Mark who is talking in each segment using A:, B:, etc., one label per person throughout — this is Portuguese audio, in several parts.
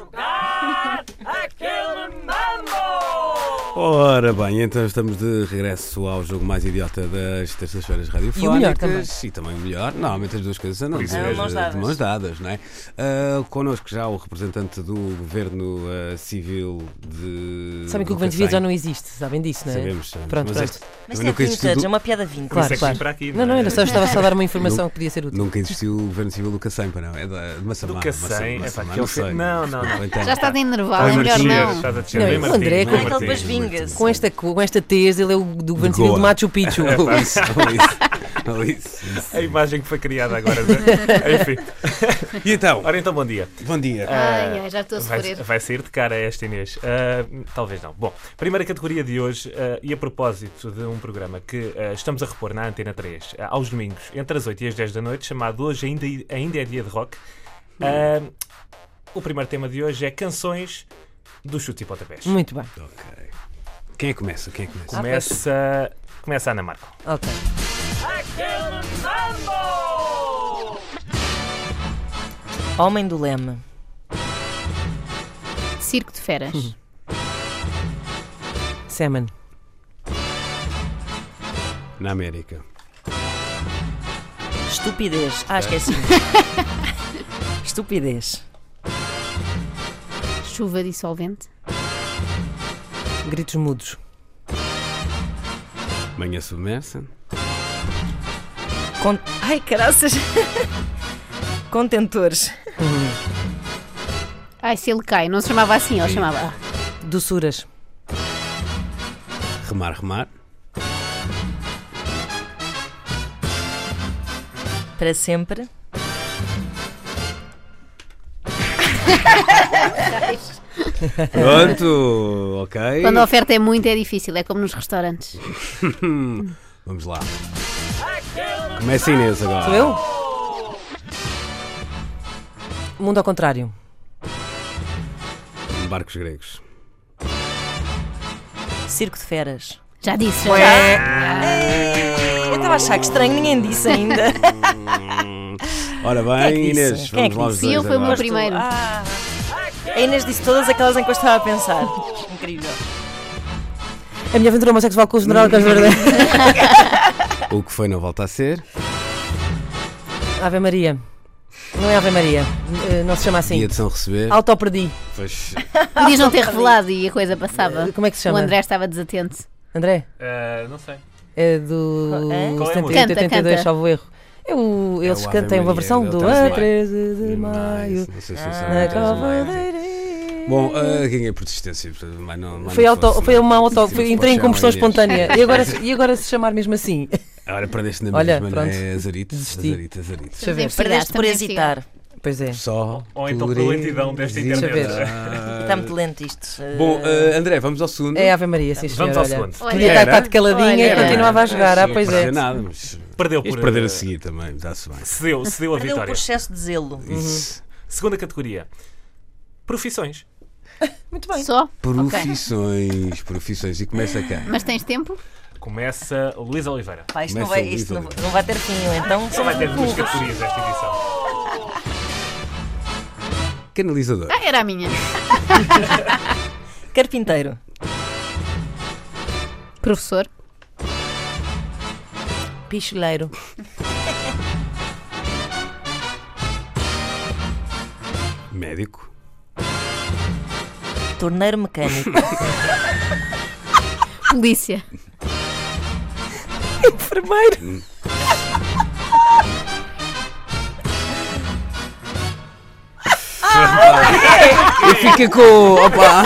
A: jogar aquele mambo!
B: Ora bem, então estamos de regresso ao jogo mais idiota das terças-feiras radiofónicas.
C: melhor também.
B: E também o melhor. Normalmente as duas coisas andam de,
C: isso mesmo.
A: é Mãos dadas.
B: de mãos dadas, não é? Ah, connosco já o representante do Governo ah, Civil de.
C: Sabem que
B: Nunca
C: o governo de Vias já
B: sei.
C: não existe, sabem disso, não é?
B: Sabemos, sabemos.
C: Pronto, pronto.
B: este
A: Mas
B: também
A: é
B: nunca
A: vintage, é
B: existiu.
A: uma piada vintage.
C: Claro,
D: Isso é que
C: claro.
D: vem para aqui,
C: não, não,
D: é?
C: era só, estava só a dar uma informação que podia ser útil.
B: Nunca existiu o Governo Civil do Cacempa, não? É da, de Massamá.
D: Do Cacém, é pá,
B: Massamá,
D: aquele
B: não sei.
D: filme- não, não, não.
B: Então,
E: Já estás enervado,
D: Estás
E: é
D: a
E: melhor
D: descer,
E: não.
D: estás a descer,
C: Não,
D: bem
C: o
D: Martim,
C: André,
D: bem
C: com-
A: Ah, ele
D: Martim.
A: depois vinga-se.
C: Com esta, com esta tese, ele é o do governo
B: De
C: civil
B: Goa. É
C: de Machu Picchu.
B: Ou isso, ou isso, ou isso, isso.
D: A imagem que foi criada agora. né? Enfim.
B: E então,
D: Ora então, bom dia. Ah,
B: bom dia.
E: Ai, ai, já estou a
D: Vai,
E: sofrer.
D: vai sair de cara esta Inês. Ah, talvez não. Bom, primeira categoria de hoje, ah, e a propósito de um programa que ah, estamos a repor na Antena 3, ah, aos domingos, entre as 8 e as 10 da noite, chamado Hoje Ainda, Ainda é Dia de Rock. Ah, o primeiro tema de hoje é canções dos chutes e pontapés.
C: Muito Ah, bem.
B: Ok. Quem é que começa? Quem é que começa?
D: Começa, começa a Ana Marco.
C: Ok.
A: Aquele mambo!
F: Homem do Leme,
E: Circo de feras.
C: Salmon.
B: Na América.
F: Estupidez. Ah, esqueci. Estupidez.
E: Chuva dissolvente.
C: Gritos mudos.
B: Manhã submersa.
F: Con- Ai, caraças. Contentores.
E: Ai, se ele cai. Não se chamava assim, ele chamava.
C: Doçuras.
B: Remar, remar.
F: Para sempre.
B: Pronto, ok.
E: Quando a oferta é muito, é difícil. É como nos restaurantes.
B: Vamos lá. Começa a Inês
C: Sou
B: agora.
C: eu? Mundo ao contrário.
B: Barcos gregos.
F: Circo de feras.
E: Já disse, já. já.
F: Eu estava a achar que estranho, ninguém disse ainda.
B: Ora
F: é que
B: bem,
F: disse?
B: Inês,
F: Quem é que
B: vamos lá os
F: disse?
E: E eu
B: dois
E: foi o meu
B: agora.
E: primeiro.
F: Ah. A Inês disse todas aquelas em que eu estava a pensar. Incrível.
C: A minha aventura homossexual com o general é Carlos Verde.
B: O que foi não volta a ser.
C: Ave Maria. Não é Ave Maria. Eh, Não se chama assim.
B: Dia de São Receber.
C: Autoperdi.
B: Pois,
E: Podias não ter revelado e a coisa passava.
C: Como é que
E: O
C: se chama?
E: André estava desatento.
C: André?
D: Ah, não sei.
C: É do
F: Qual é?
C: 78,
E: Canta,
C: 82,
E: canta.
C: salvo erro. Eu,
B: É
C: eles
B: o Ave
C: cantam uma
B: Maria,
C: versão
B: ele
C: do
B: tá
C: A
B: assim.
C: 13 de
B: demais.
C: maio.
B: Não sei se
F: Ah.
B: são
C: Na
B: tantos mais.
C: Calvadeira.
B: Bom, ah, ganhei por desistência. portanto, mas não- mas
C: Foi,
B: não
C: auto,
B: fosse,
C: foi
B: não.
C: uma auto,
B: Sim,
C: foi-
B: pode
C: entrei em
B: chamar
C: combustão
B: Inês.
C: espontânea. E agora, se- e agora se chamar mesmo assim?
B: Ora, perdeste na
C: Olha,
B: mesma,
C: pronto.
B: não é? Azarito,
C: Desisti.
B: azarito, azarito.
C: Deixa eu ver.
E: Sim,
F: Perdeste por
E: também sim.
F: hesitar.
C: Pois é.
B: Só Ah.
D: Ou então pela lentidão desta é?
C: Deixa eu ver.
F: Está Tá muito lento isto.
B: Eh,
F: Eh,
B: Bom, ah, André, vamos ao segundo.
C: É Ave Maria, sim,
D: Vamos
C: senhora,
D: ao
C: olha.
D: segundo.
C: Podia estar
B: Era.
C: quase caladinha e
E: Olha.
C: continuava a jogar. Ah, pois
B: Não
C: é.
B: fazia nada, mas.
D: Perdeu
B: Ias
D: por
B: perder assim.
D: ah,
B: a seguir também, está-se bem.
D: Cedeu, cedeu a
F: Perdeu por
D: vitória.
F: excesso de zelo.
B: Isso.
D: Segunda categoria. Profissões.
C: Muito bem.
E: Só?
B: Profissões, profissões. E começa cá.
E: Mas tens tempo?
D: Começa Luís Oliveira.
F: Pá, isto não
B: Começa
F: vai,
B: o
F: isto não,
B: Luís a ler.
F: não vai ter fim, ou então
D: Só
F: são
D: vai ter duas
F: burros.
D: categorias esta edição.
B: Canalizador.
E: Ah, era a minha.
F: Carpinteiro,
E: Professor.
F: pichuleiro,
B: Médico.
F: torneiro mecânico,
E: Polícia.
C: Enfermeiro.
B: E fica com. Opa!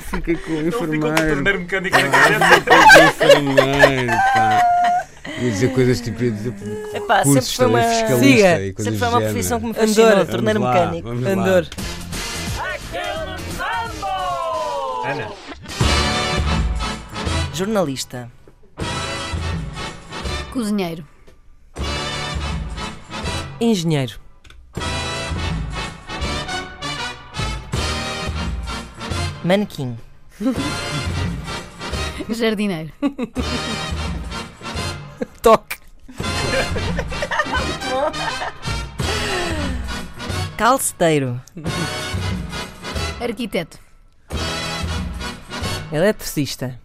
B: Fica com o enfermeiro.
D: torneiro mecânico na cabeça.
B: Fica com o enfermeiro, pá. Ia dizer coisas tipo. ia dizer
F: Epá,
B: cursos
F: sempre foi uma-
B: também, fiscalista
C: Siga.
B: e coisas
F: sempre
B: do
F: foi uma
B: género.
F: profissão que me
C: Andor.
F: fascinou,
C: Vamos
F: torneiro
B: lá,
F: mecânico.
B: vamos lá.
C: Andor.
A: Aquele mambo!
D: Ana,
F: Jornalista,
E: Cozinheiro.
C: Engenheiro.
F: manequim,
E: Jardineiro.
C: Toque.
F: calceteiro,
E: Arquiteto.
C: Eletricista.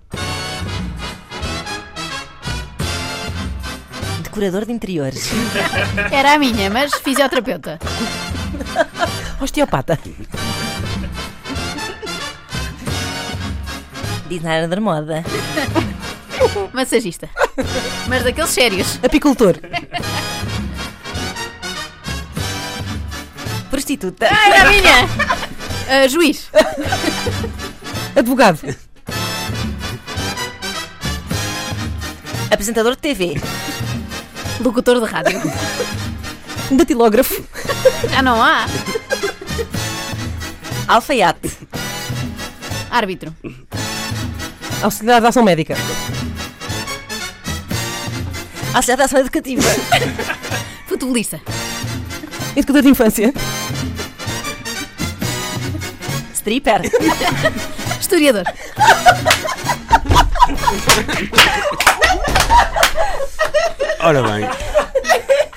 F: Decorador de interiores.
E: Era a minha, mas fisioterapeuta.
C: Osteopata.
F: Designer de moda.
E: Massagista. Mas daqueles sérios.
C: Apicultor.
F: Prostituta.
E: Era a minha. Ah, juiz.
C: Advogado.
F: Apresentador de TV.
E: Locutor de rádio.
C: Datilógrafo.
E: Já não há.
F: Alfaiate.
E: Árbitro.
C: Auxiliar de ação médica.
F: Auxiliar de ação educativa.
E: Futebolista.
C: Educador de infância.
F: Stripper.
E: Historiador.
B: Ora bem,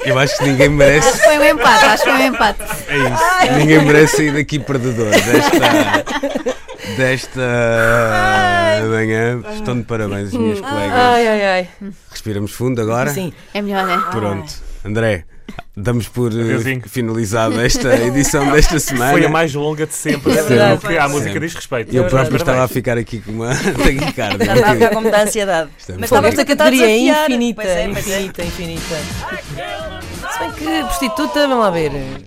B: eu acho que ninguém merece,
E: Foi um empate, acho que foi um empate.
B: é isso, ninguém merece sair daqui perdedor desta, desta manhã. Estão de parabéns, as minhas colegas.
C: Hum. ai, ai.
B: Respiramos fundo agora?
C: Sim.
E: É melhor, né?
B: Pronto, André, damos por eh,
D: Adeusinho.
B: finalizada esta edição desta semana.
D: Foi a mais longa de sempre.
B: É
D: no
B: verdade, É
D: que a
B: foi.
D: música
B: Sim.
D: diz respeito.
B: Eu próprio
D: Parabéns.
B: estava a ficar aqui com uma taquicardia.
F: Já estava a ficar como da ansiedade.
B: Estamos
F: Mas
B: Pô,
F: estava a
B: esta
F: tentar
C: categoria é
F: desafiar.
C: infinita.
F: Pois é, pois é.
C: infinita, infinita. Se bem que prostituta, vamos lá ver.